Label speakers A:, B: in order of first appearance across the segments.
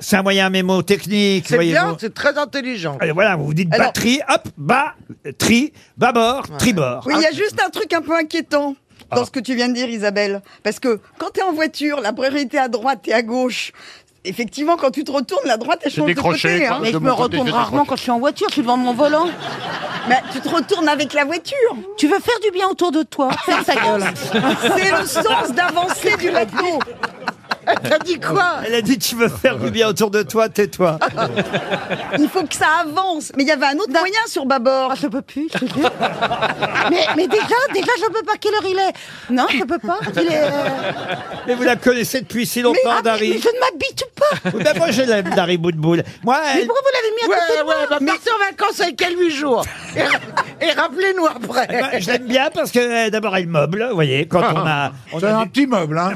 A: C'est un moyen mémo technique.
B: C'est bien,
A: voyez-vous.
B: c'est très intelligent.
A: Allez, voilà, vous vous dites
C: Alors-
A: batterie, hop, bas, tri, bâbord, tribord.
C: Oui, il y a
D: Ah,
C: juste un truc un peu inquiétant dans ce que tu viens de dire, Isabelle. Parce que quand tu es en voiture, la priorité à droite et à gauche. Effectivement, quand tu te retournes, la droite, elle change de
D: décroché,
C: côté.
D: quoi.
C: hein.
D: De
E: Mais je
D: mon
E: me
D: côté,
E: retourne
D: je
E: rarement
D: décroche.
E: quand je suis en voiture, je suis devant mon volant.
C: Mais tu te retournes avec la voiture.
E: Tu veux faire du bien autour de toi, ferme ta gueule.
C: C'est le sens d'avancer du bateau.
B: T'as dit quoi
A: Elle a dit tu veux faire du bien autour de toi, tais-toi.
C: Il faut que ça avance. Mais il y avait un autre moyen sur bâbord.
E: Ah, je peux plus, je te jure. Mais, mais déjà, déjà, je peux pas. Quelle heure il est Non, je peux pas. Il est, euh,
A: Mais vous la connaissez depuis si
E: Mais,
A: longtemps,
E: ah, mais- mais
A: Dari.
E: je ne m'habitue pas.
A: Oui, ben moi, je l'aime, Dari Boudboul. Moi,
E: Mais
A: elle,
E: pourquoi vous l'avez mis à
B: Ouais,
E: côté de moi
B: ouais, bah, partez en vacances avec elle 8 jours. Et, ra- et rappelez-nous après.
A: moi, Eh ben, je l'aime bien parce que euh, d'abord, elle meuble, vous voyez, quand on a... on
F: C'est
A: a
F: un
A: du-
F: petit meuble, hein.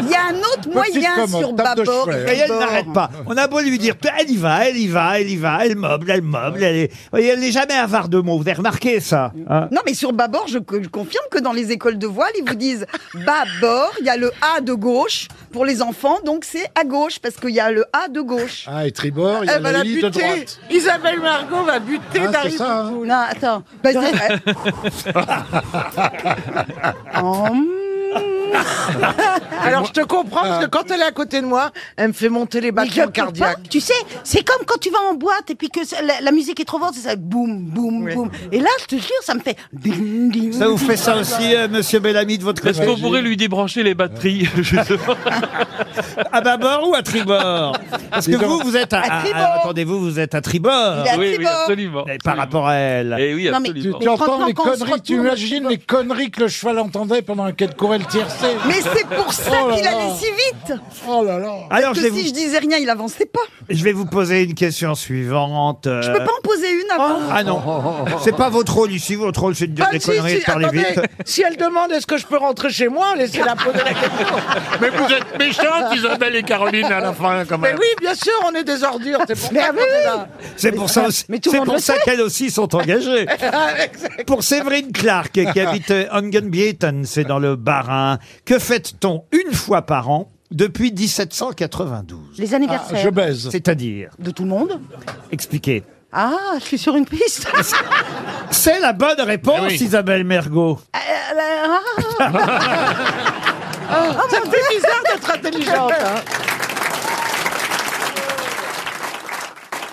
C: Il y a un autre moyen
F: commande,
C: sur
F: table de
C: bâbord.
F: chevet.
A: Mais elle n'arrête pas. On a beau lui dire, elle y va, elle y va, elle y va, elle meuble, elle meuble. Elle est... vous voyez, elle n'est jamais avare de mots. Vous avez remarqué ça hein
C: Non, mais sur bâbord, je, je confirme que dans les écoles de voile, ils vous disent bâbord, il y a le A de gauche pour les enfants, donc c'est à gauche parce qu'il y a le A de gauche.
F: Ah, et tribord, il y a
B: Elle va
F: la
B: la
F: ligne de
B: buter.
F: droite.
B: Isabelle Margot va buter
F: Hein, c'est
B: Dari.
F: ça, hein.
E: Non, attends.
C: Bah, c'est vrai.
E: Oh,
B: Alors je te comprends parce que quand elle est à côté de moi, elle me fait monter les
E: mais je
B: battements
E: peux pas.
B: cardiaques.
E: Tu sais, c'est comme quand tu vas en boîte et puis que c'est- la, la musique est trop forte, c'est ça, boum, boum, boum. Et là, je te jure, ça me fait ding, ding.
A: Ça vous fait ça aussi, euh, monsieur Bellamy, de votre
G: Est-ce
A: côté
G: qu'on pourrait lui débrancher les batteries justement
A: À bâbord ou à tribord Parce que
F: Dis donc.
A: vous, vous êtes à,
C: À
A: à-
C: tribord.
A: à- attendez, vous, vous êtes à tribord.
C: Il est à
G: Oui, oui,
C: tribord.
G: absolument.
A: Mais par rapport à elle.
G: Eh oui,
E: Non, mais-
F: Tu,
G: absolument.
F: tu entends
E: franchement,
F: les
E: quand on se
F: conneries, tu
E: retourne-
F: imagines les conneries que le cheval entendait pendant qu'elle courait le tiercé.
C: Mais c'est pour ça
F: Oh là
C: qu'il
F: là.
C: allait si vite.
F: Oh là là.
A: Alors,
C: que
A: je vais,
C: si
A: vous,
C: je disais rien, il avançait pas.
A: je vais vous poser une question suivante.
C: Je
F: Euh.
C: peux pas en poser une avant.
A: Ah non, c'est pas votre rôle ici. Votre rôle, c'est de dire
B: Ah,
A: des
B: si,
A: conneries et
B: si,
A: de parler
B: attendez,
A: vite.
B: si elle demande est-ce que je peux rentrer chez moi, laissez-la poser la question.
D: Mais vous êtes méchantes, Isabelle et Caroline, à la fin, quand
B: Mais
D: même.
B: oui, bien sûr, on est des ordures. C'est pour ça qu'on est là.
A: C'est pour ça, aussi-
E: mais tout le
A: c'est
E: monde
A: pour
E: le
A: ça qu'elles aussi sont engagées. pour Séverine Clark, qui habite Ongenbieten, c'est dans le Bas-Rhin. Que fait-on une fois par an depuis 1792
E: Les
F: Ah, je
E: anniversaires
F: baise.
A: C'est-à-dire,
E: de tout le monde.
A: expliquez.
E: Ah, je suis sur une piste.
C: Ah,
A: C'est la bonne réponse,
D: Eh oui.
A: Isabelle Mergot.
E: Euh, euh, ah.
C: Oh,
B: Ça me fait bizarre d'être intelligente. hein.